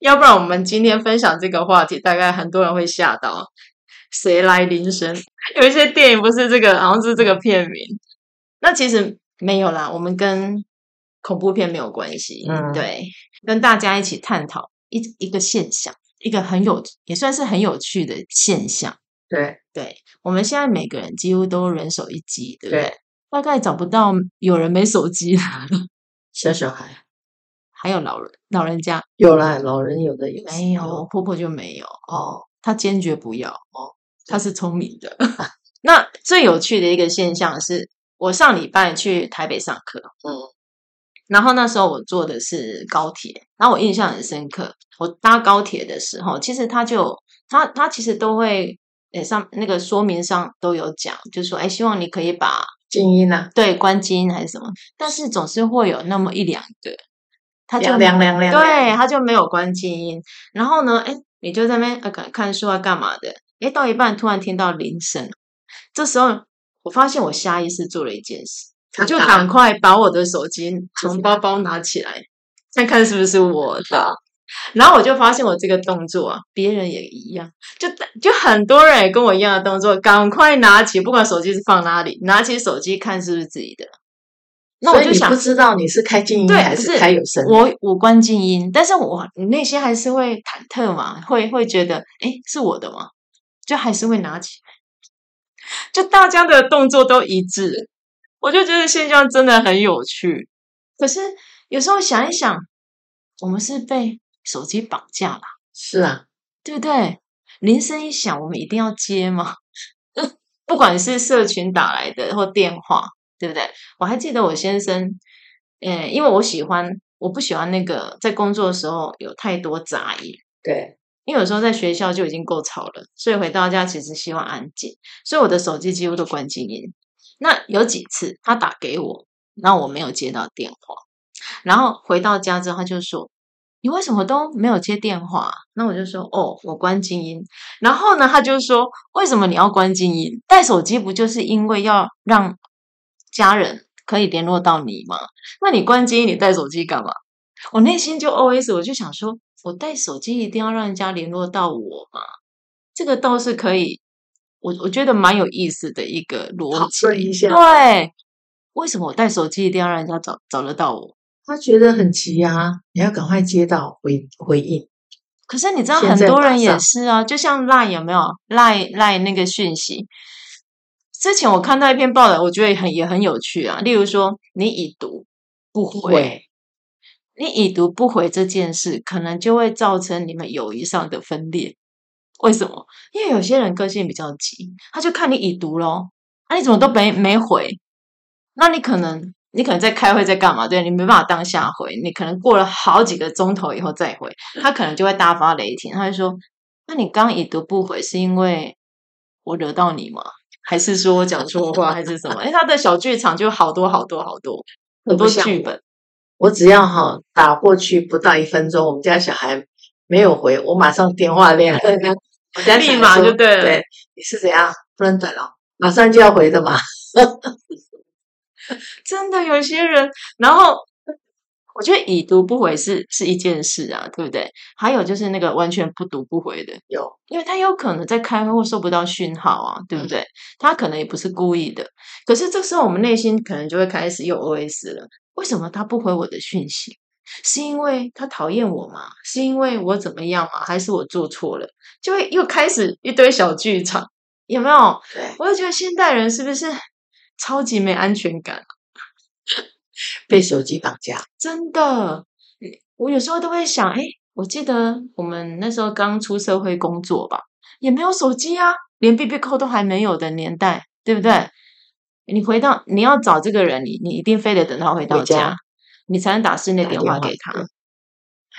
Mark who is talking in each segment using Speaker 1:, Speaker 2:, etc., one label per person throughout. Speaker 1: 要不然我们今天分享这个话题，大概很多人会吓到。谁来铃声？ 有一些电影不是这个，好像是这个片名。那其实没有啦，我们跟恐怖片没有关系。
Speaker 2: 嗯
Speaker 1: 对，跟大家一起探讨一一个现象，一个很有也算是很有趣的现象。
Speaker 2: 对，
Speaker 1: 对，我们现在每个人几乎都人手一机，对不
Speaker 2: 对
Speaker 1: 对？大概找不到有人没手机的，
Speaker 2: 小小孩
Speaker 1: 还有老人、老人家
Speaker 2: 有啦，老人有的有
Speaker 1: 没有，婆婆就没有哦，她坚决不要哦，她是聪明的。 那最有趣的一个现象是，我上礼拜去台北上课，
Speaker 2: 嗯，
Speaker 1: 然后那时候我坐的是高铁，然后我印象很深刻。我搭高铁的时候，其实他就他他其实都会，诶上那个说明上都有讲，就说，哎，希望你可以把
Speaker 2: 静音呐，
Speaker 1: 对关静音还是什么，但是总是会有那么一两个，他就
Speaker 2: 凉凉凉凉。
Speaker 1: 对，他就没有关静音。然后呢，哎，你就在那边呃看看书啊，干嘛的？哎，到一半突然听到铃声，这时候我发现我下意识做了一件事，我就赶快把我的手 机从包包拿起来，看看是不是我 的。然后我就发现我这个动作啊，别人也一样，就就很多人也跟我一样的动作，赶快拿起，不管手机是放哪里，拿起手机看是不是自己的。那我
Speaker 2: 所以
Speaker 1: 就
Speaker 2: 你
Speaker 1: 想
Speaker 2: 不，知道你是开静音
Speaker 1: 对
Speaker 2: 还
Speaker 1: 不是
Speaker 2: 开有声。
Speaker 1: 我我关静音，但是我内心还是会忐忑嘛，会会觉得，哎，是我的吗？就还是会拿起来，就大家的动作都一致，我就觉得现象真的很有趣。可是有时候想一想，我们是被手机绑架了，
Speaker 2: 是啊，
Speaker 1: 对不对？铃声一响，我们一定要接吗？ 不管是社群打来的或电话，对不对？我还记得我先生，呃，因为我喜欢，我不喜欢那个在工作的时候有太多杂音，
Speaker 2: 对，
Speaker 1: 因为有时候在学校就已经够吵了，所以回到家其实希望安静，所以我的手机几乎都关静音。那有几次他打给我，然后我没有接到电话，然后回到家之后他就说：“你为什么都没有接电话啊？”那我就说：“哦，我关静音。”然后呢，他就说：“为什么你要关静音？带手机不就是因为要让家人可以联络到你吗？那你关静音，你带手机干嘛？”我内心就 OS，我就想说，我带手机一定要让人家联络到我嘛？这个倒是可以，我我觉得蛮有意思的一个逻
Speaker 2: 讨
Speaker 1: 辑。
Speaker 2: 论一下，
Speaker 1: 对，为什么我带手机一定要让人家找找得到我？
Speaker 2: 他觉得很急啊，你要赶快接到回回应。
Speaker 1: 可是你知道，
Speaker 2: 现
Speaker 1: 很
Speaker 2: 在
Speaker 1: 多
Speaker 2: 马
Speaker 1: 人也
Speaker 2: 上
Speaker 1: 是啊，就像赖有没有赖赖那个讯息？之前我看到一篇报道，我觉得也很也很有趣啊。例如说，你已读不回，
Speaker 2: 会，
Speaker 1: 你已读不回这件事，可能就会造成你们友谊上的分裂。为什么？因为有些人个性比较急，他就看你已读咯，啊，你怎么都没
Speaker 2: 嗯
Speaker 1: 没回？那你可能你可能在开会在干嘛？对你没办法当下回，你可能过了好几个钟头以后再回，
Speaker 2: 嗯
Speaker 1: 他可能就会大发雷霆，他就说：“那你刚已读不回是因为我惹到你吗？还是说我讲错话，还是什么？”因为他的小剧场就好多好多好多
Speaker 2: 很
Speaker 1: 很多
Speaker 2: 不像
Speaker 1: 剧本。
Speaker 2: 我只要哈、打过去不到一分钟，我们家小孩没有回，我马上电话亮， 我家小孩
Speaker 1: 立马
Speaker 2: 说
Speaker 1: 就对了
Speaker 2: 对，你是怎样不能等了，马上就要回 的嘛。
Speaker 1: 真的有些人，然后我觉得已读不回是是一件事啊，对不对？还有就是那个完全不读不回的，
Speaker 2: 有
Speaker 1: 因为他有可能在开会或收不到讯号啊，对不对？他可能也不是故意的，可是这时候我们内心可能就会开始有 OS 了：为什么他不回我的讯息？是因为他讨厌我吗？是因为我怎么样吗？还是我做错了？就会又开始一堆小剧场，有没有？
Speaker 2: 对，
Speaker 1: 我就觉得现代人是不是超级没安全感？
Speaker 2: 被手机绑架，
Speaker 1: 真的，我有时候都会想，哎，我记得我们那时候刚出社会工作吧，也没有手机啊，连 BB 扣都还没有的年代，对不对？你回到你要找这个人，你你一定非得等他回到
Speaker 2: 回家
Speaker 1: 你才能打室内
Speaker 2: 打
Speaker 1: 电
Speaker 2: 电
Speaker 1: 话
Speaker 2: 话
Speaker 1: 给他
Speaker 2: 对，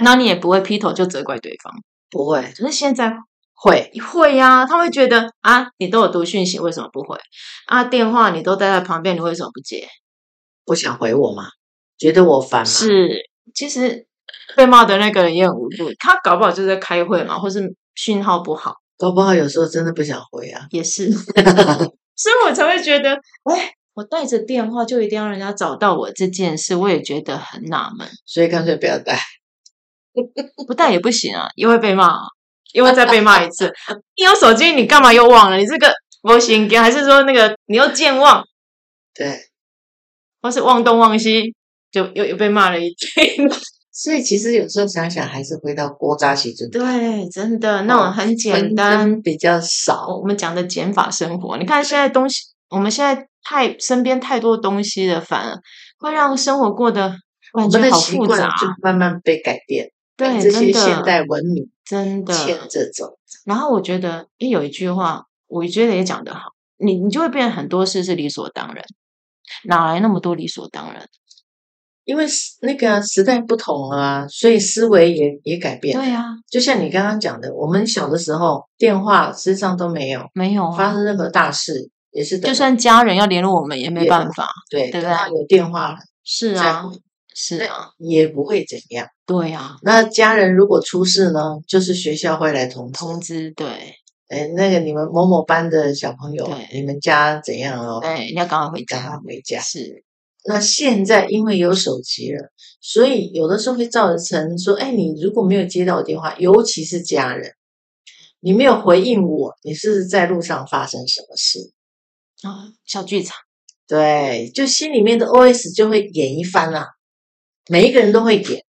Speaker 1: 那你也不会劈头就责怪对方。
Speaker 2: 不会
Speaker 1: 可是现在会会呀、他会觉得啊，你都有读讯息，为什么不回？啊，电话你都待在旁边，你为什么不接？
Speaker 3: 不想回我吗？觉得我烦吗？
Speaker 1: 是，其实被骂的那个人也很无助，他搞不好就是在开会嘛，或是讯号不好，
Speaker 3: 搞不好有时候真的不想回啊。
Speaker 1: 也 是，所以我才会觉得，哎，我带着电话就一定要让人家找到我这件事，我也觉得很纳闷，
Speaker 3: 所以干脆不要带。
Speaker 1: 不带也不行啊，又会被骂、啊，又会再被骂一 次。你有手机，你干嘛又忘了？你这个我行，还是说那个你又健忘，
Speaker 3: 对，
Speaker 1: 或是忘东忘西，就又又被骂了一顿。
Speaker 3: 所以其实有时候想想，还是回到锅渣洗准，
Speaker 1: 对，真的那种哦很简
Speaker 3: 纷
Speaker 1: 单哦
Speaker 3: 争比较少。
Speaker 1: 我我们讲的减法生活，你看现在东西，我们现在太身边太多东西了，反而会让生活过得
Speaker 3: 我
Speaker 1: 感
Speaker 3: 们
Speaker 1: 觉
Speaker 3: 的
Speaker 1: 好
Speaker 3: 习
Speaker 1: 复
Speaker 3: 惯
Speaker 1: 杂。啊
Speaker 3: 就慢慢被改变，被
Speaker 1: 对，
Speaker 3: 这些
Speaker 1: 真
Speaker 3: 现
Speaker 1: 的，
Speaker 3: 代文明
Speaker 1: 真
Speaker 3: 牵
Speaker 1: 的。
Speaker 3: 着走。
Speaker 1: 然后我觉得，诶，有一句话，我觉得也讲得好，你你就会变得很多事是理所当然，哪来那么多理所当然？
Speaker 3: 因为时那个啊时代不同了啊，所以思维也也改变。
Speaker 1: 对啊呀、
Speaker 3: 就像你刚刚讲的，我们小的时候电话事实上都没有，
Speaker 1: 没有
Speaker 3: 发
Speaker 1: 啊，
Speaker 3: 生任何大事也是等
Speaker 1: 就算家人要联络我们也没
Speaker 3: 也
Speaker 1: 办法。
Speaker 3: 对，
Speaker 1: 对
Speaker 3: 等
Speaker 1: 不
Speaker 3: 到
Speaker 1: 对
Speaker 3: 有电话了
Speaker 1: 是
Speaker 3: 再
Speaker 1: 啊
Speaker 3: 回，
Speaker 1: 是
Speaker 3: 对
Speaker 1: 啊，
Speaker 3: 也不会怎样。
Speaker 1: 对啊呀、
Speaker 3: 那家人如果出事呢，就是学校会来通知。
Speaker 1: 通知对
Speaker 3: 哎，那个你们某某班的小朋友
Speaker 1: 对，
Speaker 3: 你们家怎样哦？
Speaker 1: 对，哎你要赶快回
Speaker 3: 赶快
Speaker 1: 家。
Speaker 3: 回家。
Speaker 1: 是，
Speaker 3: 那现在因为有手机了，所以有的时候会造成说，哎，你如果没有接到我电话，尤其是家人，你没有回应我，你是不是在路上发生什么事？
Speaker 1: 啊，小剧场，
Speaker 3: 对，就心里面的 OS 就会演一番啦、每一个人都会演，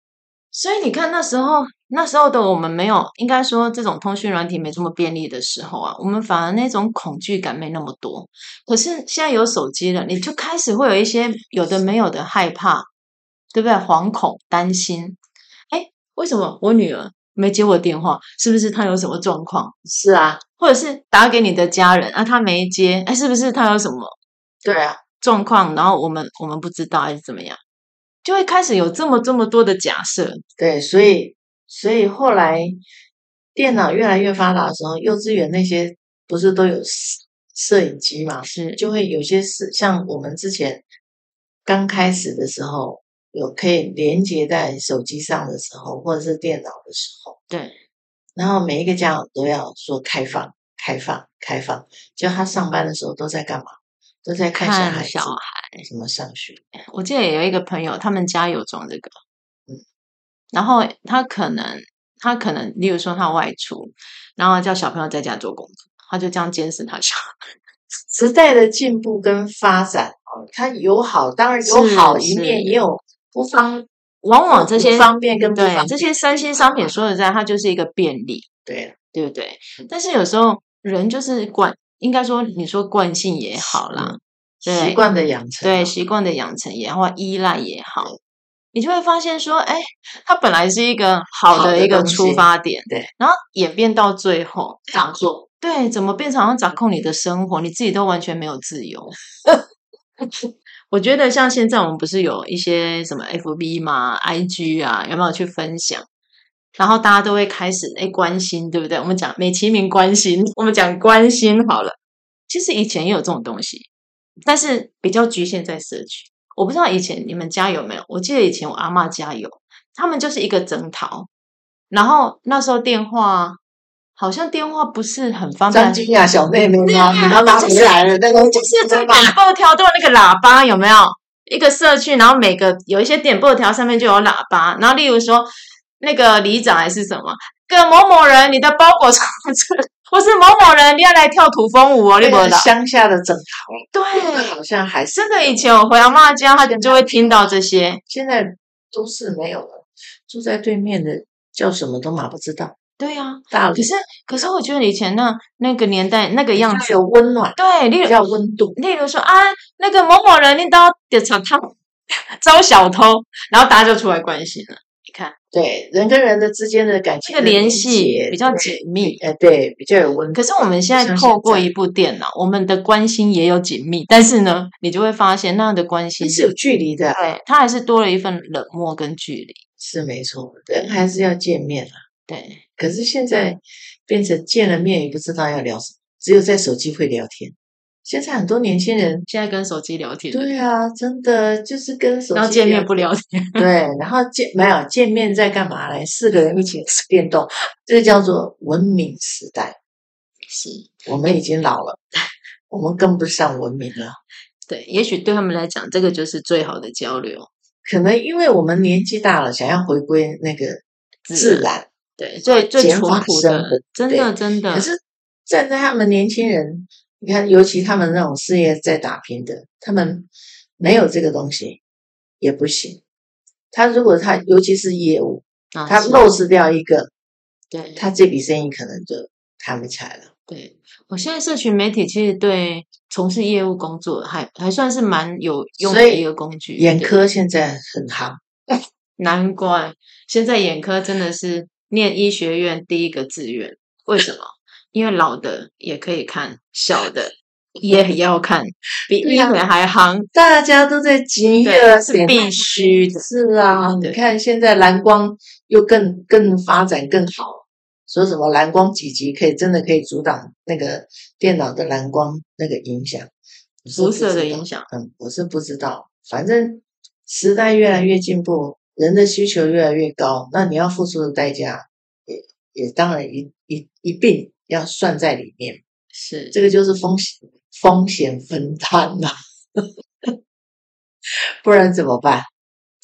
Speaker 1: 所以你看那时候，那时候的我们没有，应该说这种通讯软体没这么便利的时候啊，我们反而那种恐惧感没那么多。可是现在有手机了，你就开始会有一些有的没有的害怕，对不对？惶恐、担心，哎，为什么我女儿没接我电话？是不是她有什么状况？
Speaker 3: 是啊，
Speaker 1: 或者是打给你的家人啊，她没接，哎，是不是她有什么
Speaker 3: 对啊，
Speaker 1: 状况？然后我们我们不知道还是怎么样，就会开始有这么这么多的假设。
Speaker 3: 对，所
Speaker 1: 嗯
Speaker 3: 以所以后来电脑越来越发达的时候，幼稚园那些不是都有摄摄影机嘛，
Speaker 1: 是
Speaker 3: 就会有些是像我们之前刚开始的时候，有可以连接在手机上的时候，或者是电脑的时候，
Speaker 1: 对，
Speaker 3: 然后每一个家长都要说开放、开放、开放，就他上班的时候都在干嘛？都在看小孩
Speaker 1: 看
Speaker 3: 子
Speaker 1: 小
Speaker 3: 怎么上学，
Speaker 1: 我记得也有一个朋友，他们家有装这个
Speaker 3: 嗯，
Speaker 1: 然后他可能他可能，例如说他外出，然后叫小朋友在家做工作，他就这样监视他小孩。
Speaker 3: 时代的进步跟发展哦，它有好，当然有
Speaker 1: 是
Speaker 3: 好一面，
Speaker 1: 是
Speaker 3: 也有不方
Speaker 1: 往往这
Speaker 3: 不
Speaker 1: 些
Speaker 3: 方便跟不哦方
Speaker 1: 对
Speaker 3: 便
Speaker 1: 这些三星商品，说实在，它就是一个便利，
Speaker 3: 对啊
Speaker 1: 对不对？但是有时候人就是惯，应该说你说惯性也好啦，
Speaker 3: 嗯习
Speaker 1: 对
Speaker 3: 惯的养成，啊
Speaker 1: 对习惯的养成也好，或依赖也好，你就会发现说，哎，它本来是一个好
Speaker 3: 好
Speaker 1: 的
Speaker 3: 的
Speaker 1: 一个
Speaker 3: 东
Speaker 1: 出
Speaker 3: 西
Speaker 1: 发点，
Speaker 3: 对，
Speaker 1: 然后演变到最后，
Speaker 3: 掌控
Speaker 1: 对，怎么变成好像掌控你的生活，你自己都完全没有自由。我觉得像现在我们不是有一些什么 FB 嘛、IG 啊，有没有去分享？然后大家都会开始哎关心，对不对？我们讲美其名关心，我们讲关心好了。其实以前也有这种东西，但是比较局限在社区。我不知道以前你们家有没有？我记得以前我阿嬷家有，他们就是一个征讨，然后那时候电话好像电话不是很方便
Speaker 3: 张，君雅小妹妹
Speaker 1: 对
Speaker 3: 吗？
Speaker 1: 啊
Speaker 3: 你妈妈
Speaker 1: 就
Speaker 3: 回
Speaker 1: 是
Speaker 3: 来了，那个
Speaker 1: 就是这个点播条都有那个喇叭，有没有？一个社区，然后每个有一些点播条上面就有喇叭，然后例如说那个里长还是什么，个某某人，你的包裹从这，或是某某人，你要来跳土风舞哦，你
Speaker 3: 那
Speaker 1: 不
Speaker 3: 个
Speaker 1: 的。
Speaker 3: 乡下的整行，那
Speaker 1: 对，
Speaker 3: 好像还是
Speaker 1: 这个以前我回阿妈家，她就会听到这些。
Speaker 3: 现在都是没有了，住在对面的叫什么都马不知道，
Speaker 1: 对呀、啊，
Speaker 3: 大
Speaker 1: 可
Speaker 3: 理
Speaker 1: 是可是我觉得以前那那个年代那个样子，
Speaker 3: 有温暖，
Speaker 1: 对，例如
Speaker 3: 比较温度，
Speaker 1: 例如说啊，那个某某人，你到底找他 招小偷，然后大家就出来关心了。你看
Speaker 3: 对人跟人的之间的感
Speaker 1: 这
Speaker 3: 情
Speaker 1: 个
Speaker 3: 的
Speaker 1: 联
Speaker 3: 连
Speaker 1: 系
Speaker 3: 结
Speaker 1: 比较
Speaker 3: 对
Speaker 1: 紧密，
Speaker 3: 哎，对，比较有温度
Speaker 1: 可。是我们现
Speaker 3: 不
Speaker 1: 在
Speaker 3: 像
Speaker 1: 透
Speaker 3: 现
Speaker 1: 过
Speaker 3: 在
Speaker 1: 一部电脑，我们的关心也有紧密，但是呢，你就会发现那样的关心
Speaker 3: 其是有距离的，
Speaker 1: 对它还是多了一份冷漠跟距离。
Speaker 3: 是没错，人还是要见面啊。
Speaker 1: 对，
Speaker 3: 可是现在变成见了面也不知道要聊什么，只有在手机会聊天。现在很多年轻人，
Speaker 1: 现在跟手机聊天，
Speaker 3: 对啊，真的就是跟手机
Speaker 1: 然后见
Speaker 3: 聊
Speaker 1: 面不聊天，
Speaker 3: 对，然后见没有见面在干嘛嘞？四个人一起吃电动，这个叫做文明时代。
Speaker 1: 是
Speaker 3: 我们已经老了， 我们跟不上文明了。
Speaker 1: 对，也许对他们来讲，这个就是最好的交流。
Speaker 3: 可能因为我们年纪大了，想要回归那个自然，
Speaker 1: 对，最最
Speaker 3: 减
Speaker 1: 淳
Speaker 3: 法
Speaker 1: 朴
Speaker 3: 生
Speaker 1: 的
Speaker 3: 活，
Speaker 1: 真
Speaker 3: 对
Speaker 1: 的真的
Speaker 3: 可，是站在他们年轻人，你看，尤其他们那种事业在打拼的，他们没有这个东西也不行。他如果他尤其是业务，
Speaker 1: 啊
Speaker 3: 他
Speaker 1: 是
Speaker 3: lose 掉一个，
Speaker 1: 对
Speaker 3: 他这笔生意可能就谈不起来了。
Speaker 1: 对，我现在社群媒体其实对从事业务工作还还算是蛮有用
Speaker 3: 所
Speaker 1: 的
Speaker 3: 以
Speaker 1: 一个工具。
Speaker 3: 眼
Speaker 1: 对，
Speaker 3: 科现在很夯，
Speaker 1: 难怪现在眼科真的是念医学院第一个志愿，为什么？因为老的也可以看，小的也要看，比
Speaker 3: 对
Speaker 1: 医
Speaker 3: 啊
Speaker 1: 美还行，
Speaker 3: 大家都在急
Speaker 1: 对，
Speaker 3: 着
Speaker 1: 是必须的。
Speaker 3: 是啊，你
Speaker 1: 对
Speaker 3: 看现在蓝光又更更发展更好，说什么蓝光几级可以真的可以阻挡那个电脑的蓝光那个影响，我是
Speaker 1: 辐
Speaker 3: 不
Speaker 1: 射的
Speaker 3: 知道
Speaker 1: 影响。
Speaker 3: 嗯，我是不知道，反正时代越来越进步，人的需求越来越高，那你要付出的代价也也当然一一一并要算在里面。
Speaker 1: 是
Speaker 3: 这个就是风险风险分摊呐、 不然怎么办？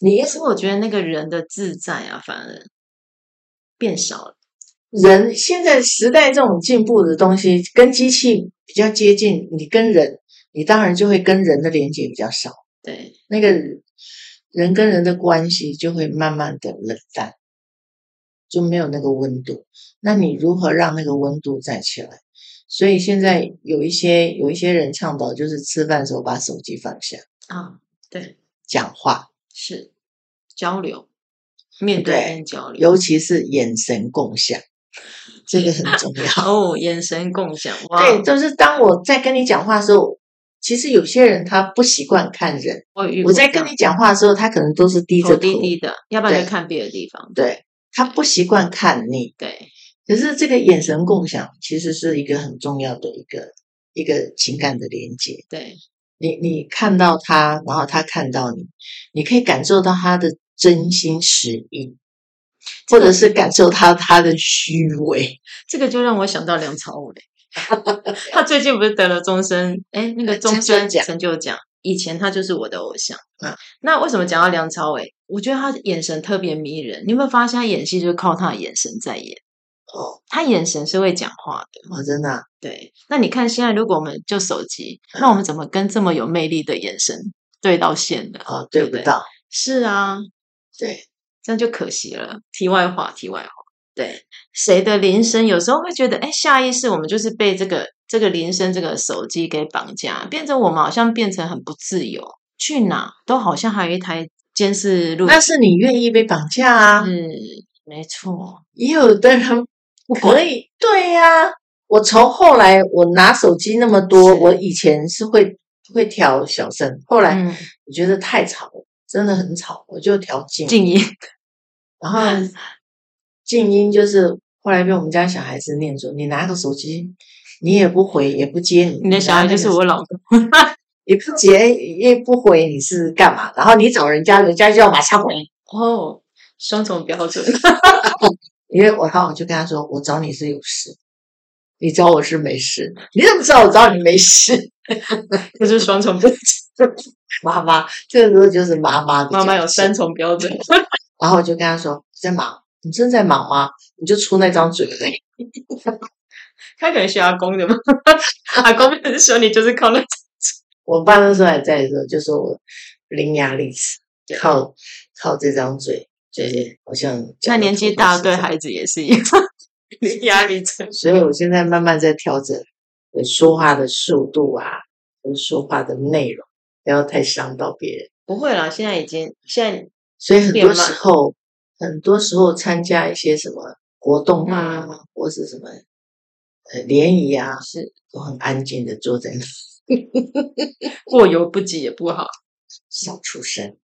Speaker 3: 你
Speaker 1: 其实我觉得那个人的自在啊，反而变少了。
Speaker 3: 人现在时代这种进步的东西，跟机器比较接近，你跟人，你当然就会跟人的连接比较少，
Speaker 1: 对，
Speaker 3: 那个人跟人的关系就会慢慢的冷淡，就没有那个温度。那你如何让那个温度再起来？所以现在有一些有一些人倡导，就是吃饭的时候把手机放下，
Speaker 1: 啊，对，
Speaker 3: 讲话。
Speaker 1: 是交流，面对
Speaker 3: 对
Speaker 1: 面交流。
Speaker 3: 尤其是眼神共享，这 个很重要。
Speaker 1: 哦，眼神共享，哇，
Speaker 3: 对，就是当我在跟你讲话的时候，其实有些人他不习惯看人。
Speaker 1: 我有遇
Speaker 3: 我
Speaker 1: 过
Speaker 3: 在
Speaker 1: 这
Speaker 3: 跟
Speaker 1: 样
Speaker 3: 你讲话的时候，他可能都是低着
Speaker 1: 头
Speaker 3: 头，
Speaker 1: 低低的，要不然就
Speaker 3: 对
Speaker 1: 看别的地方。
Speaker 3: 对他不习惯看你。
Speaker 1: 对，
Speaker 3: 可是这个眼神共享其实是一个很重要的一个一个情感的连接。
Speaker 1: 对，
Speaker 3: 你你看到他，然后他看到你，你可以感受到他的真心实意，或者是感受到他的虚伪。
Speaker 1: 这个就让我想到梁 朝伟，他最近不是得了终身哎那个
Speaker 3: 呃成
Speaker 1: 终
Speaker 3: 就
Speaker 1: 身
Speaker 3: 奖
Speaker 1: 成就奖，以前他就是我的偶像。
Speaker 3: 嗯
Speaker 1: 那为什么讲到梁朝伟？我觉得他眼神特别迷人，你有没有发现他演戏就是靠他的眼神在演？
Speaker 3: 哦，
Speaker 1: 他眼神是会讲话的。
Speaker 3: 哦，真的啊、
Speaker 1: 对，那你看现在，如果我们就手机，那我
Speaker 3: 嗯
Speaker 1: 们怎么跟这么有魅力的眼神对到线呢？
Speaker 3: 哦，对
Speaker 1: 对
Speaker 3: 不
Speaker 1: 对
Speaker 3: 到，
Speaker 1: 是啊，
Speaker 3: 对，
Speaker 1: 这样就可惜了。题外话，题外话，对谁的铃声，有时候会觉得，哎，下意识我们就是被这个这个铃声、这个手机给绑架，变成我们好像变成很不自由，去哪都好像还有一台监视录。
Speaker 3: 那是你愿意被绑架啊，
Speaker 1: 嗯，没错，
Speaker 3: 也有的 人不可以，对呀、我从后来我拿手机那么多，
Speaker 1: 是
Speaker 3: 我以前是会会调小声，后来
Speaker 1: 嗯，
Speaker 3: 我觉得太吵了，真的很吵，我就调静，
Speaker 1: 静 音，
Speaker 3: 然 后静音就是后来被我们家小孩子念说，你拿个手机，你也不回也不接你，
Speaker 1: 你的小
Speaker 3: 拿
Speaker 1: 孩
Speaker 3: 那
Speaker 1: 就
Speaker 3: 个
Speaker 1: 是我老公，
Speaker 3: 也不接也不回，你是干嘛？然后你找人家，人家就要马上回，
Speaker 1: 哦，双重标 准，
Speaker 3: 因为我然后我就跟他说，我找你是有事，你找我是没事，你怎么知道我找你没事？
Speaker 1: 这是双重标准。
Speaker 3: 妈妈，这个时候就是妈妈的
Speaker 1: 妈妈
Speaker 3: 角
Speaker 1: 有
Speaker 3: 色
Speaker 1: 三，重标准，
Speaker 3: 然后我就跟他说我在忙，你真在忙吗？你就出那张嘴而已。
Speaker 1: 他可能学阿公的嘛， 阿公不是说你就是靠那
Speaker 3: 我爸那时候还在的时候，就说我伶牙俐齿，靠靠这张嘴，就是好像讲
Speaker 1: 那
Speaker 3: 得
Speaker 1: 年
Speaker 3: 出
Speaker 1: 纪
Speaker 3: 口
Speaker 1: 大
Speaker 3: 是这
Speaker 1: 对
Speaker 3: 样
Speaker 1: 孩子也是一样， 伶牙俐齿。
Speaker 3: 所以我现在慢慢在调整我说话的速度啊，我说话的内容，不要太伤到别人。
Speaker 1: 不会啦，现在已经现
Speaker 3: 所以很
Speaker 1: 变
Speaker 3: 多
Speaker 1: 慢
Speaker 3: 时候，很多时候参加一些什么活动啊，或是什么呃联谊啊，是都很安静的坐在那里
Speaker 1: 在过犹不及也不好。
Speaker 3: 小出声，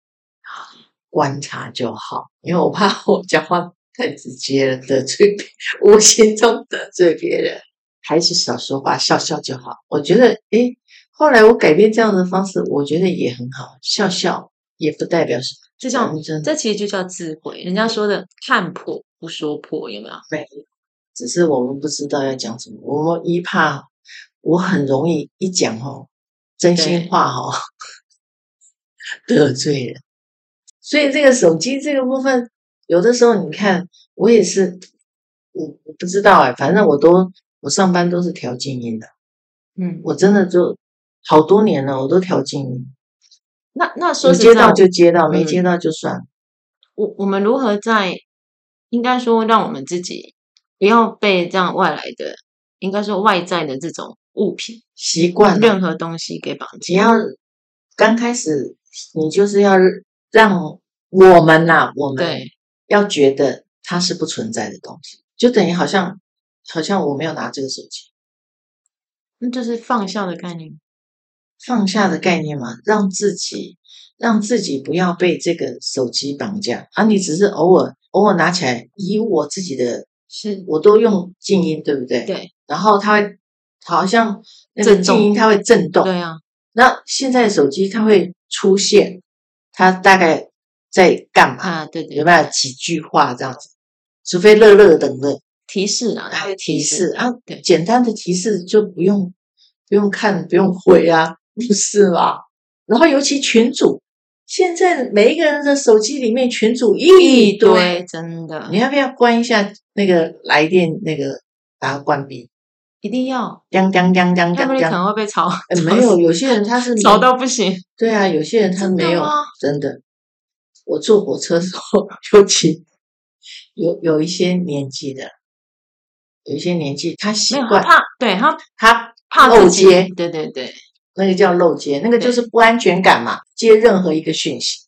Speaker 3: 观察就好，因为我怕我讲话太直接了，得罪别，无形中得罪别人。还是少说话，笑笑就好。我觉得，诶，后来我改变这样的方式，我觉得也很好，笑笑也不代表什么。
Speaker 1: 这叫
Speaker 3: 认真的
Speaker 1: 这其实就叫智慧。人家说的看破不说破，有没有？
Speaker 3: 只是我们不知道要讲什么。我们一怕，我很容易一讲哦，真心话哦， 得罪人。所以这个手机这个部分，有的时候你看，我也是，我我不知道哎，反正我都我上班都是调静音的，
Speaker 1: 嗯，
Speaker 3: 我真的就好多年了，我都调静音，
Speaker 1: 那那
Speaker 3: 有
Speaker 1: 说
Speaker 3: 接
Speaker 1: 实
Speaker 3: 到
Speaker 1: 在，
Speaker 3: 就接到，没
Speaker 1: 嗯
Speaker 3: 接到就算了。
Speaker 1: 我我们如何在，应该说让我们自己不要被这样外来的，应该说外在的这种物品、
Speaker 3: 习惯了，
Speaker 1: 任何东西给绑
Speaker 3: 只
Speaker 1: 架。
Speaker 3: 要刚开始，你就是要让我们呐、我们
Speaker 1: 对，
Speaker 3: 要觉得它是不存在的东西，就等于好像好像我没有拿这个手机，
Speaker 1: 那就是放下的概念。
Speaker 3: 放下的概念嘛，让自己让自己不要被这个手机绑架啊！你只是偶尔偶尔拿起来，以我自己的，
Speaker 1: 是，
Speaker 3: 我都用静音，对不对？
Speaker 1: 对，
Speaker 3: 然后它会好像那个
Speaker 1: 震动
Speaker 3: 静音，它会震动，
Speaker 1: 对啊，
Speaker 3: 那现在手机它会出现，它大概在干嘛？
Speaker 1: 啊，对对
Speaker 3: 有，没有几句话这样子？除非乐乐等乐，
Speaker 1: 提示啊，
Speaker 3: 它
Speaker 1: 它
Speaker 3: 会
Speaker 1: 会
Speaker 3: 提示啊，
Speaker 1: 对
Speaker 3: 简单的提示就不用不用看，不用回啊，不是吗？然后尤其群主，现在每一个人的手机里面群主一
Speaker 1: 一
Speaker 3: 堆，
Speaker 1: 堆，真的
Speaker 3: 你，要不要关一下那个来电那个，把它关闭？
Speaker 1: 一定要，
Speaker 3: 当当当当
Speaker 1: 要不
Speaker 3: 当
Speaker 1: 然你可能
Speaker 3: 当，
Speaker 1: 会被吵，
Speaker 3: 哎没有，有些人他是
Speaker 1: 吵到不行。
Speaker 3: 对啊，有些人他
Speaker 1: 真的
Speaker 3: 没有
Speaker 1: 吗
Speaker 3: 真的。我坐火车的时候， 尤其有有一些年纪的，有一些年纪，他习
Speaker 1: 没有，他啊
Speaker 3: 惯
Speaker 1: 怕，对他
Speaker 3: 他
Speaker 1: 怕
Speaker 3: 漏
Speaker 1: 自己
Speaker 3: 接，
Speaker 1: 对对对，
Speaker 3: 那个叫漏接，那个就是不安全感嘛，接任何一个讯息，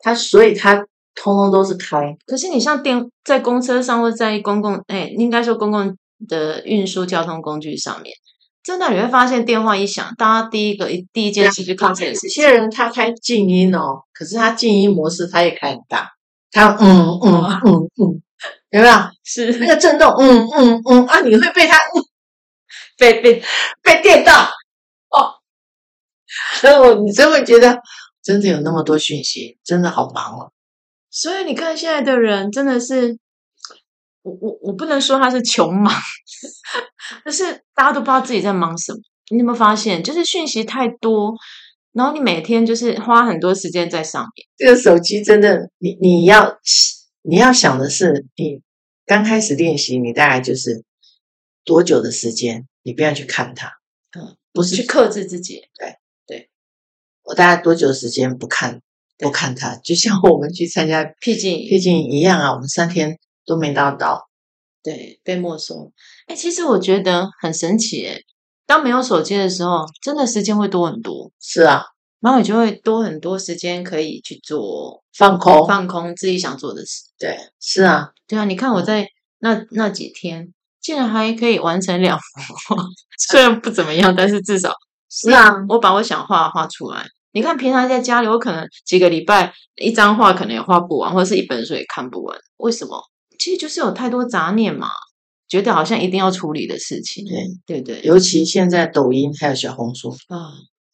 Speaker 3: 他所以他通通都是开，
Speaker 1: 可是你像电在公车上或在公共，哎、应该说公共的运输交通工具上面，真的你会发现电话一响，大家第一个一第一件事就看这
Speaker 3: 有
Speaker 1: 个事情。
Speaker 3: 些人他开静音哦，可是他静音模式他也开很大，他嗯嗯嗯嗯，有没有那
Speaker 1: 是
Speaker 3: 个震动？嗯嗯嗯啊，你会被他
Speaker 1: 被被
Speaker 3: 被电到哦。所以我你真会觉得真的有那么多讯息，真的好忙哦。
Speaker 1: 所以你看现在的人真的是，我我我不能说他是穷忙， 但是大家都不知道自己在忙什么。你有没有发现，就是讯息太多，然后你每天就是花很多时间在上面。
Speaker 3: 这个手机真的，你你要你要想的是，你刚开始练习，你大概就是多久的时间，你不要去看它，
Speaker 1: 嗯，
Speaker 3: 不是
Speaker 1: 去克制自己，
Speaker 3: 我大概多久的时间不看不看它，就像我们去参加
Speaker 1: 毕竟
Speaker 3: 毕竟一样啊，我们三天都没拿到，
Speaker 1: 对，被没收。哎、其实我觉得很神奇哎，当没有手机的时候，真的时间会多很多，
Speaker 3: 是啊，
Speaker 1: 然后你就会多很多时间可以去做
Speaker 3: 放空，
Speaker 1: 放空自己想做的事。
Speaker 3: 对，是啊，
Speaker 1: 对啊，你看我在那那几天，竟然还可以完成 两 幅画，虽然不怎么样，但是至少
Speaker 3: 是啊，
Speaker 1: 我把我想画的画出来。你看，平常在家里，我可能几个礼拜一张画可能也画不完，或者是一本书也看不完。为什么？其实就是有太多杂念嘛，觉得好像一定要处理的事情，
Speaker 3: 对，
Speaker 1: 对不对？
Speaker 3: 尤其现在抖音还有小红书，
Speaker 1: 啊，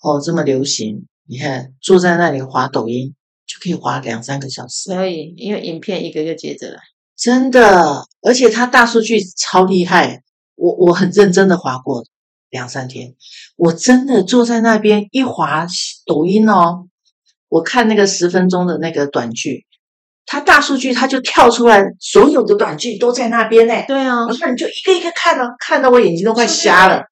Speaker 3: 哦，这么流行，你看坐在那里滑抖音就可以滑两三个小时，
Speaker 1: 所以因为影片一个就接着来，
Speaker 3: 真的，而且它大数据超厉害，我我很认真的滑过两三天，我真的坐在那边一滑抖音哦，我看那个十分钟的那个短剧，它大数据它就跳出来所有的短剧都在那边呢，
Speaker 1: 对啊，
Speaker 3: 然后你就一个一个看哦，看到我眼睛都快瞎了。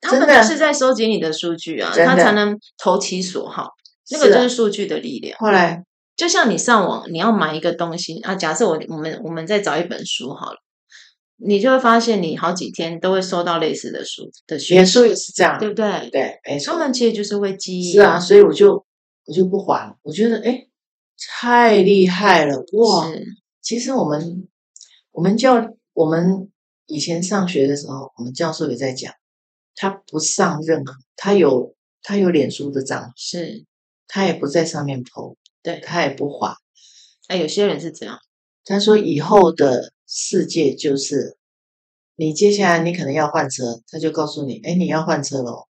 Speaker 1: 他们
Speaker 3: 真的
Speaker 1: 就是在收集你的数据啊，
Speaker 3: 真的
Speaker 1: 他才能投其所好，那个
Speaker 3: 是啊
Speaker 1: 就是数据的力量。
Speaker 3: 后来
Speaker 1: 就像你上网，你要买一个东西啊，假设我我们我们再找一本书好了，你就会发现你好几天都会收到类似的书的讯
Speaker 3: 脸
Speaker 1: 息，
Speaker 3: 书也是这样，
Speaker 1: 对不对？
Speaker 3: 对，没
Speaker 1: 他
Speaker 3: 错，
Speaker 1: 们其实就是会记忆，
Speaker 3: 是啊，，所以我就我就不还了。我觉得哎，诶太厉害了哇！
Speaker 1: 是
Speaker 3: 其实我们我们教我们以前上学的时候，我们教授也在讲，他不上任何，他有他有脸书的账号，
Speaker 1: 是，
Speaker 3: 他也不在上面 PO，
Speaker 1: 对
Speaker 3: 他也不划，
Speaker 1: 哎，有些人是这样，
Speaker 3: 他说以后的世界就是，你接下来你可能要换车，他就告诉你，哎，你要换车咯，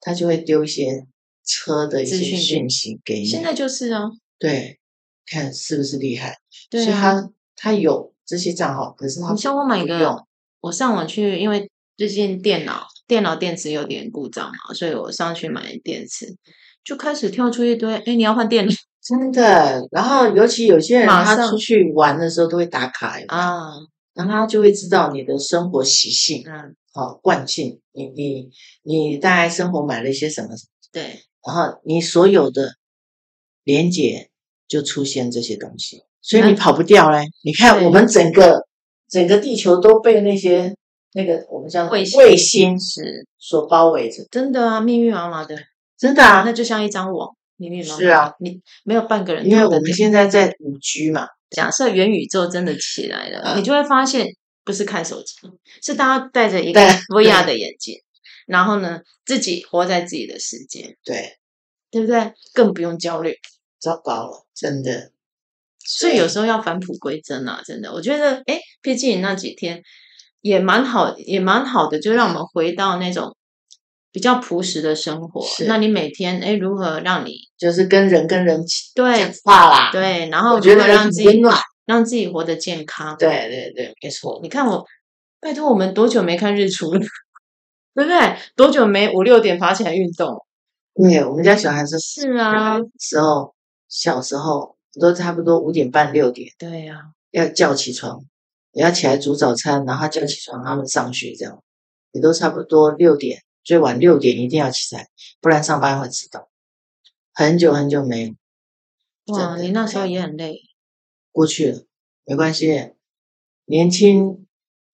Speaker 3: 他就会丢一些车的一
Speaker 1: 资
Speaker 3: 些
Speaker 1: 讯
Speaker 3: 讯息给你。
Speaker 1: 现在就是啊，
Speaker 3: 对，看是不是厉害？
Speaker 1: 对
Speaker 3: 所以
Speaker 1: 啊。
Speaker 3: 他他有这些账号，可是他
Speaker 1: 你像我买
Speaker 3: 不
Speaker 1: 个
Speaker 3: 用，
Speaker 1: 我上网去，因为最近电脑电脑电池有点故障嘛，所以我上去买电池，就开始跳出一堆，哎，你要换电池
Speaker 3: 真的。然后尤其有些人
Speaker 1: 马
Speaker 3: 他
Speaker 1: 上
Speaker 3: 出去玩的时候都会打卡，有没有，
Speaker 1: 啊，
Speaker 3: 然后他就会知道你的生活习性。
Speaker 1: 嗯，
Speaker 3: 好惯性，你你你大概生活买了一些什么，
Speaker 1: 对，
Speaker 3: 然后你所有的连接就出现这些东西，所以
Speaker 1: 那
Speaker 3: 你跑不掉嘞。你看
Speaker 1: 对
Speaker 3: 我们整个整个地球都被那些那个我们叫
Speaker 1: 卫星
Speaker 3: 卫星
Speaker 1: 是
Speaker 3: 所包围着，
Speaker 1: 真的啊，密密麻麻的，
Speaker 3: 真的啊
Speaker 1: 那。就像一张网，密密麻麻。
Speaker 3: 是啊，
Speaker 1: 你没有半个人
Speaker 3: 因为
Speaker 1: 透
Speaker 3: 我
Speaker 1: 得
Speaker 3: 们
Speaker 1: 了。
Speaker 3: 现在在五 G 嘛，
Speaker 1: 假设元宇宙真的起来了，
Speaker 3: 嗯
Speaker 1: 你就会发现不是看手机，是大家戴着一个
Speaker 3: 戴
Speaker 1: VR 的眼镜，然后呢，自己活在自己的世界，
Speaker 3: 对，
Speaker 1: 对不对？更不用焦虑。
Speaker 3: 糟糕了，真的。
Speaker 1: 所以有时候要返璞归真啊，真的，我觉得，哎，毕竟那几天也蛮好，也蛮好的，就让我们回到那种比较朴实的生活
Speaker 3: 是。
Speaker 1: 那你每天，哎，如何让你
Speaker 3: 就是跟人跟人讲
Speaker 1: 对
Speaker 3: 话啦，，
Speaker 1: 对，然
Speaker 3: 我
Speaker 1: 后
Speaker 3: 觉
Speaker 1: 如
Speaker 3: 得
Speaker 1: 何让自
Speaker 3: 很温
Speaker 1: 己
Speaker 3: 暖。
Speaker 1: 让自己活得健康？
Speaker 3: 对对对，没错，
Speaker 1: 你看我，拜托我们多久没看日出了？ 对不对？多久没五六点爬起来运动？
Speaker 3: 对我们家小孩是四
Speaker 1: 是啊，
Speaker 3: 时候，小时候都差不多五点半六点
Speaker 1: 对呀、
Speaker 3: 要叫起床，也要起来煮早餐，然后叫起床他们上学这样，也都差不多六点，最晚六点一定要起来，不然上班会迟到。很久很久没有真
Speaker 1: 哇，
Speaker 3: 的
Speaker 1: 你那时候也很累，，
Speaker 3: 过去了，没关系，年轻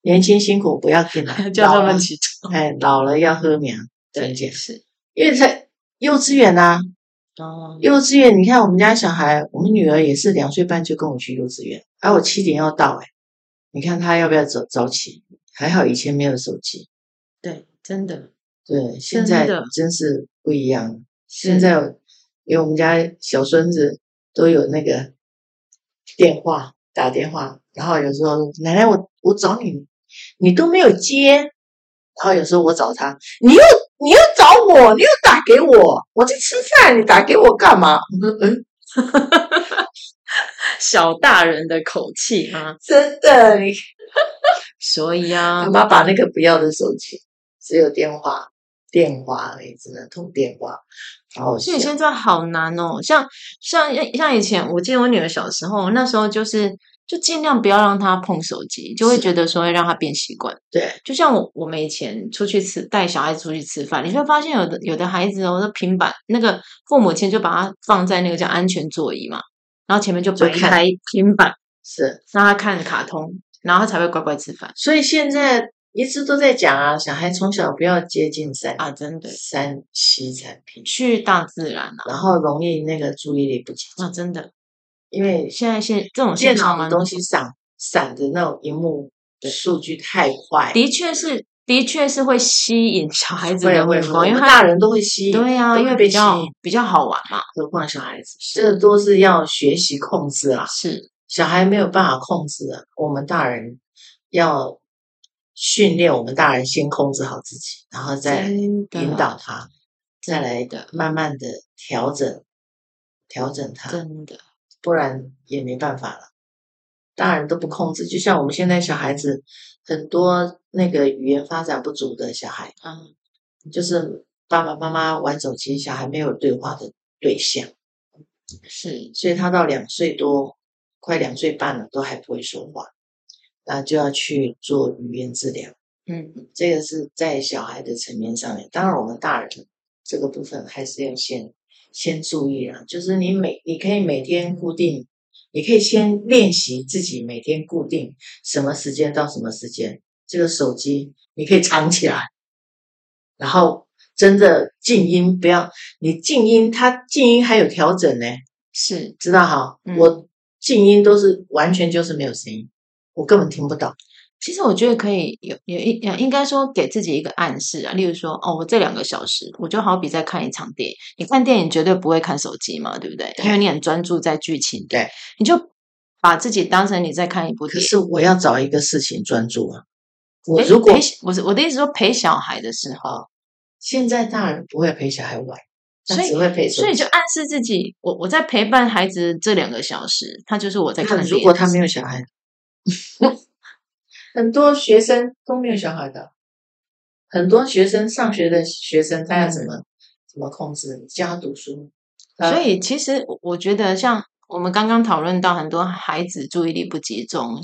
Speaker 3: 年轻辛苦不要紧啦
Speaker 1: 叫他
Speaker 3: 老了
Speaker 1: 们起床。
Speaker 3: 哎老了要喝苗，真
Speaker 1: 也
Speaker 3: 简，
Speaker 1: 是
Speaker 3: 因为才幼稚园啊呐、
Speaker 1: 哦，
Speaker 3: 幼稚园，你看我们家小孩，我们女儿也是两岁半就跟我去幼稚园，而、我七点要到、哎，你看她要不要早早起？还好以前没有手机，
Speaker 1: 对，真的
Speaker 3: 对，现在
Speaker 1: 真的
Speaker 3: 真是不一样。
Speaker 1: 是
Speaker 3: 现在我因为我们家小孙子都有那个电话打电话，然后有时候奶奶我我找你，你都没有接，然后有时候我找他，你又你又找我，你又打给我，我在吃饭，你打给我干嘛？我说嗯。
Speaker 1: 小大人的口气啊。
Speaker 3: 真的，你
Speaker 1: 所以啊
Speaker 3: 妈，妈把那个不要的手机，只有电话，电话而已，只能通电话。然后
Speaker 1: 所以现在好难哦。像像像以前，我记得我女儿小时候，那时候就是就尽量不要让她碰手机，就会
Speaker 3: 是
Speaker 1: 觉得说会让她变习惯。
Speaker 3: 对，
Speaker 1: 就像我我们以前出去吃，带小孩子出去吃饭，你会发现有的有的孩子哦，那平板那个父母亲就把它放在那个叫安全座椅嘛，然后前面就
Speaker 3: 就
Speaker 1: 摆一
Speaker 3: 看
Speaker 1: 台平板，
Speaker 3: 是，
Speaker 1: 让他看卡通，然后他才会乖乖吃饭
Speaker 3: 所以现在一直都在讲啊，小孩从小不要接近三
Speaker 1: 啊！真的，
Speaker 3: 三七产品，
Speaker 1: 去大自然啊！
Speaker 3: 然后容易那个注意力不集中，
Speaker 1: 啊，真的，
Speaker 3: 因为
Speaker 1: 现在现这种
Speaker 3: 电
Speaker 1: 现
Speaker 3: 脑
Speaker 1: 象
Speaker 3: 的
Speaker 1: 啊
Speaker 3: 东西闪闪的那种荧幕数据太快，
Speaker 1: 的确是，的确是会吸引小孩子
Speaker 3: 会
Speaker 1: 的目
Speaker 3: 会，我
Speaker 1: 光，因
Speaker 3: 们
Speaker 1: 为他
Speaker 3: 大人都会吸引，
Speaker 1: 对呀、
Speaker 3: 都
Speaker 1: 因
Speaker 3: 会
Speaker 1: 为
Speaker 3: 被
Speaker 1: 比较
Speaker 3: 吸引
Speaker 1: 比较好玩嘛，
Speaker 3: 何况小孩子，这都是要学习控制啊啦。
Speaker 1: 是
Speaker 3: 小孩没有办法控制的，我们大人要训练我们大人先控制好自己，然后再
Speaker 1: 真的
Speaker 3: 引导他，再来
Speaker 1: 的
Speaker 3: 慢慢的调整，调整他，
Speaker 1: 真的
Speaker 3: 不然也没办法了。大人都不控制，就像我们现在小孩子，很多那个语言发展不足的小孩，
Speaker 1: 啊，
Speaker 3: 就是爸爸妈妈玩手机，小孩没有对话的对象。
Speaker 1: 是
Speaker 3: 所以他到两岁多，快两岁半了，都还不会说话，那就要去做语言治疗。
Speaker 1: 嗯，
Speaker 3: 这个是在小孩的层面上面，当然我们大人这个部分还是要先先注意啊，就是你每你可以每天固定，你可以先练习自己每天固定什么时间到什么时间，这个手机你可以藏起来，然后真的静音不要，你静音它静音还有调整呢、
Speaker 1: 是
Speaker 3: 知道哈，
Speaker 1: 嗯
Speaker 3: 我静音都是完全就是没有声音，我根本听不到。
Speaker 1: 其实我觉得可以有有一呃应该说给自己一个暗示啊，例如说哦，我这两个小时我就好比在看一场电影，你看电影绝对不会看手机嘛，对不对？因为你很专注在剧情里，
Speaker 3: 对
Speaker 1: 你就把自己当成你在看一部
Speaker 3: 可
Speaker 1: 电影。
Speaker 3: 是我要找一个事情专注啊。我
Speaker 1: 诶
Speaker 3: 如果
Speaker 1: 陪小我是我的意思说陪小孩的时候，
Speaker 3: 现在大人不会陪小孩玩，他
Speaker 1: 所以
Speaker 3: 只会陪手
Speaker 1: 所以
Speaker 3: 机
Speaker 1: 就暗示自己，我我在陪伴孩子这两个小时，他就是我在看
Speaker 3: 那
Speaker 1: 电影。
Speaker 3: 如果他没有小孩， 很多学生都没有小孩的，很多学生上学的学生，他要怎么、怎么控制？你教他读书，啊他
Speaker 1: 所以其实我我觉得，像我们刚刚讨论到很多孩子注意力不集中，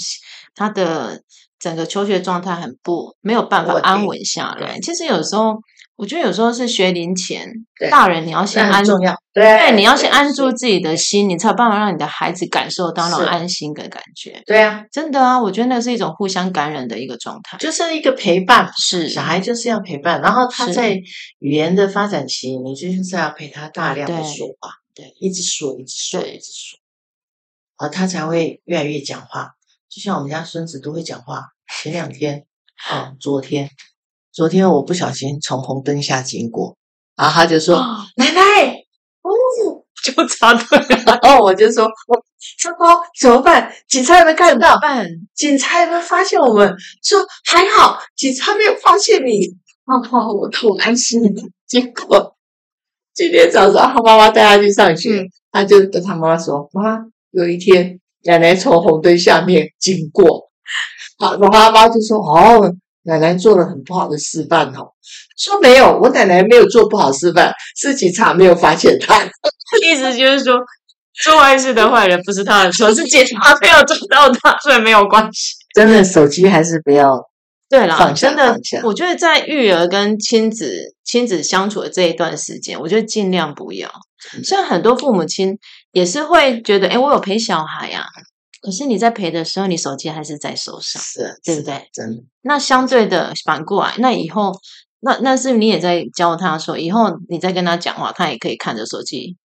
Speaker 1: 他的整个求学状态很不没有办法
Speaker 3: 稳定
Speaker 1: 安稳下来。其实有时候，我觉得有时候是学龄前
Speaker 3: 对，
Speaker 1: 大人你要先
Speaker 3: 那
Speaker 1: 安
Speaker 3: 很重要。对，
Speaker 1: 对，你要先安住
Speaker 3: 是。
Speaker 1: 自己的心，你才有办法让你的孩子感受到那种
Speaker 3: 是
Speaker 1: 安心的感觉。
Speaker 3: 对啊，
Speaker 1: 真的啊，我觉得那是一种互相感染的一个状态。
Speaker 3: 就是一个陪伴。
Speaker 1: 是，
Speaker 3: 小孩就是要陪伴，然后他
Speaker 1: 嗯是
Speaker 3: 在语言的发展期，你就是要陪他大量的
Speaker 1: 对
Speaker 3: 说话，
Speaker 1: 对，
Speaker 3: 一直说，一直说，
Speaker 1: 对
Speaker 3: 一直说，啊，他才会越来越讲话。就像我们家孙子都会讲话。前两天，啊，昨天，昨天我不小心从红灯下经过，然后他就说：“
Speaker 1: 啊
Speaker 3: 奶奶，哦。”
Speaker 1: 就插队
Speaker 3: 然后我就说：“我糟糕，怎么办？警察有没有看到？
Speaker 1: 办，
Speaker 3: 警察有没有发现我们？说还好，警察没有发现你。哦，我我安心。结果今天早上他妈妈带他去上学，他就跟他妈妈说：“妈，有一天奶奶从红灯下面经过。”好，然后他妈就说：“哦，奶奶做了很不好的示范哦。”说没有，我奶奶没有做不好示范，是警察没有发现她。
Speaker 1: 意思就是说，做坏事的坏人不是他的错，是警察没有抓到他，所以没有关系。
Speaker 3: 真的，手机还是不要
Speaker 1: 对啦，
Speaker 3: 放下
Speaker 1: 真的
Speaker 3: 放下，
Speaker 1: 我觉得在育儿跟亲子亲子相处的这一段时间，我觉得尽量不要。
Speaker 3: 嗯
Speaker 1: 虽然很多父母亲也是会觉得，哎，我有陪小孩啊，可是你在陪的时候，你手机还是在手上，
Speaker 3: 是，
Speaker 1: 对不对？
Speaker 3: 真的
Speaker 1: 那相对的反过来，那以后，那那是你也在教他说，以后你再跟他讲话，他也可以看着手机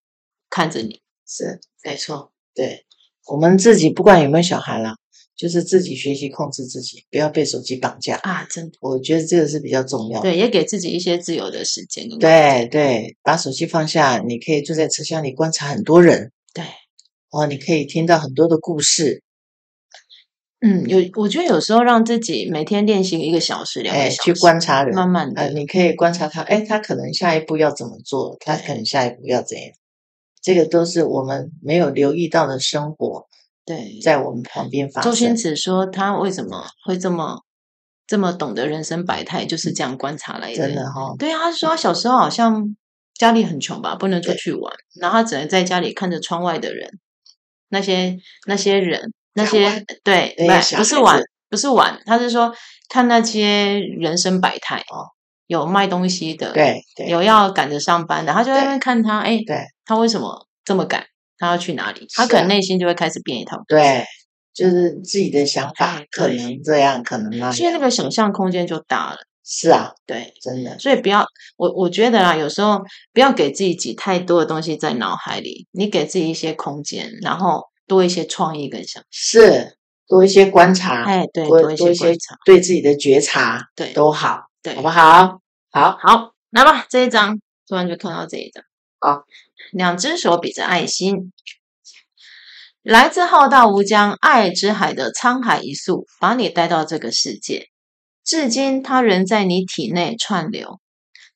Speaker 1: 看着你。
Speaker 3: 是没错。对我们自己不管有没有小孩啦，就是自己学习控制自己，不要被手机绑架。
Speaker 1: 啊，真的
Speaker 3: 我觉得这个是比较重要的。
Speaker 1: 对，也给自己一些自由的时间跟空
Speaker 3: 对
Speaker 1: 间。
Speaker 3: 对，把手机放下，你可以坐在车厢里观察很多人，
Speaker 1: 对，
Speaker 3: 哦，你可以听到很多的故事。
Speaker 1: 嗯，有我觉得有时候让自己每天练习一个小时、两个
Speaker 3: 哎，
Speaker 1: 小
Speaker 3: 去
Speaker 1: 时，
Speaker 3: 观察人，
Speaker 1: 慢慢
Speaker 3: 呃，
Speaker 1: 的，
Speaker 3: 你可以观察他，哎，他可能下一步要怎么做，他可能下一步要怎样，这个都是我们没有留意到的生活
Speaker 1: 对。
Speaker 3: 在我们旁边发
Speaker 1: 周星
Speaker 3: 生。
Speaker 1: 驰说他为什么会这么这么懂得人生百态，就是这样观察来
Speaker 3: 嗯真的哈、
Speaker 1: 对啊，他说他小时候好像家里很穷吧，不能出
Speaker 3: 对
Speaker 1: 去玩，然后他只能在家里看着窗外的人，那些那些人，那
Speaker 3: 小
Speaker 1: 些
Speaker 3: 孩
Speaker 1: 对，
Speaker 3: 对
Speaker 1: 不
Speaker 3: 小
Speaker 1: 不是
Speaker 3: 孩
Speaker 1: 玩
Speaker 3: 子，
Speaker 1: 不是玩，他是说看那些人生百态
Speaker 3: 哦，
Speaker 1: 有卖东西的，，
Speaker 3: 对对
Speaker 1: 有要赶着上班的，他就在那
Speaker 3: 对
Speaker 1: 边看他，哎，
Speaker 3: 对
Speaker 1: 他为什么这么赶？他要去哪里？他
Speaker 3: 是
Speaker 1: 可
Speaker 3: 啊
Speaker 1: 能内心就会开始变一套。
Speaker 3: 对，就是自己的想法
Speaker 1: 哎，
Speaker 3: 可
Speaker 1: 对
Speaker 3: 能这样，可能那
Speaker 1: 所以
Speaker 3: 样。
Speaker 1: 那个想象空间就大了。
Speaker 3: 是啊，
Speaker 1: 对，
Speaker 3: 真的
Speaker 1: 所以不要我我觉得啊啦，有时候不要给自己挤太多的东西在脑海里，你给自己一些空间，然后多一些创意跟想法。
Speaker 3: 是多一些观察，
Speaker 1: 哎，对，
Speaker 3: 啊多
Speaker 1: 多一
Speaker 3: 多
Speaker 1: 些
Speaker 3: 一些
Speaker 1: 观察。
Speaker 3: 对自己的觉察，
Speaker 1: 对
Speaker 3: 都好，
Speaker 1: 对
Speaker 3: 好不好？好，
Speaker 1: 好，来吧，这一张突然就看到这一张。
Speaker 3: 好，
Speaker 1: 两只手比着爱心。来自浩大无疆、爱之海的沧海一粟，把你带到这个世界。至今，它仍在你体内串流。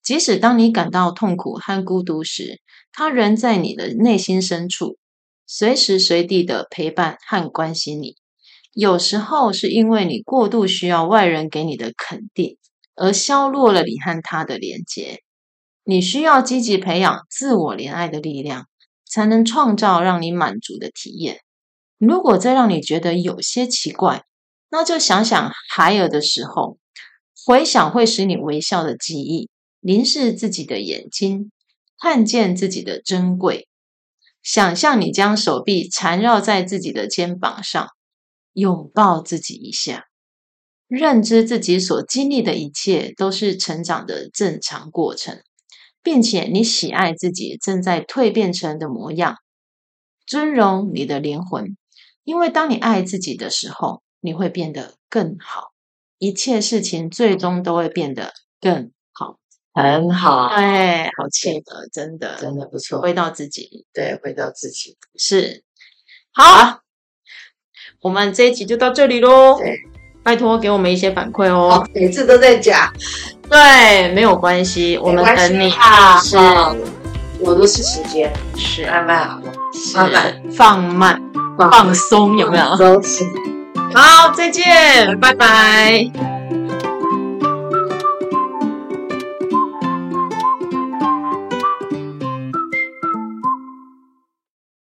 Speaker 1: 即使当你感到痛苦和孤独时，它仍在你的内心深处，随时随地的陪伴和关心你。有时候是因为你过度需要外人给你的肯定，而削弱了你和他的连接。你需要积极培养自我怜爱的力量，才能创造让你满足的体验。如果再让你觉得有些奇怪，那就想想孩儿的时候，回想会使你微笑的记忆，凝视自己的眼睛，看见自己的珍贵。想象你将手臂缠绕在自己的肩膀上，拥抱自己一下。认知自己所经历的一切都是成长的正常过程，并且你喜爱自己正在蜕变成的模样，尊荣你的灵魂，因为当你爱自己的时候，你会变得更好，一切事情最终都会变得更好。
Speaker 3: 很好，
Speaker 1: 哎，好气的，真的，
Speaker 3: 真的不错。
Speaker 1: 回到自己
Speaker 3: 对，回到自己。
Speaker 1: 是好。我们这一集就到这里喽
Speaker 3: 对，
Speaker 1: 拜托给我们一些反馈哦
Speaker 3: 哦。，每次都在讲，
Speaker 1: 对，没有关系，我们
Speaker 3: 没关系
Speaker 1: 等你。
Speaker 3: 啊，
Speaker 1: 是
Speaker 3: 哦我都是时间，
Speaker 1: 是啊
Speaker 3: 慢慢好了，
Speaker 1: 是
Speaker 3: 慢慢
Speaker 1: 呃放慢放松，有没有？
Speaker 3: 都是。
Speaker 1: 好，再见，拜拜。
Speaker 2: 拜。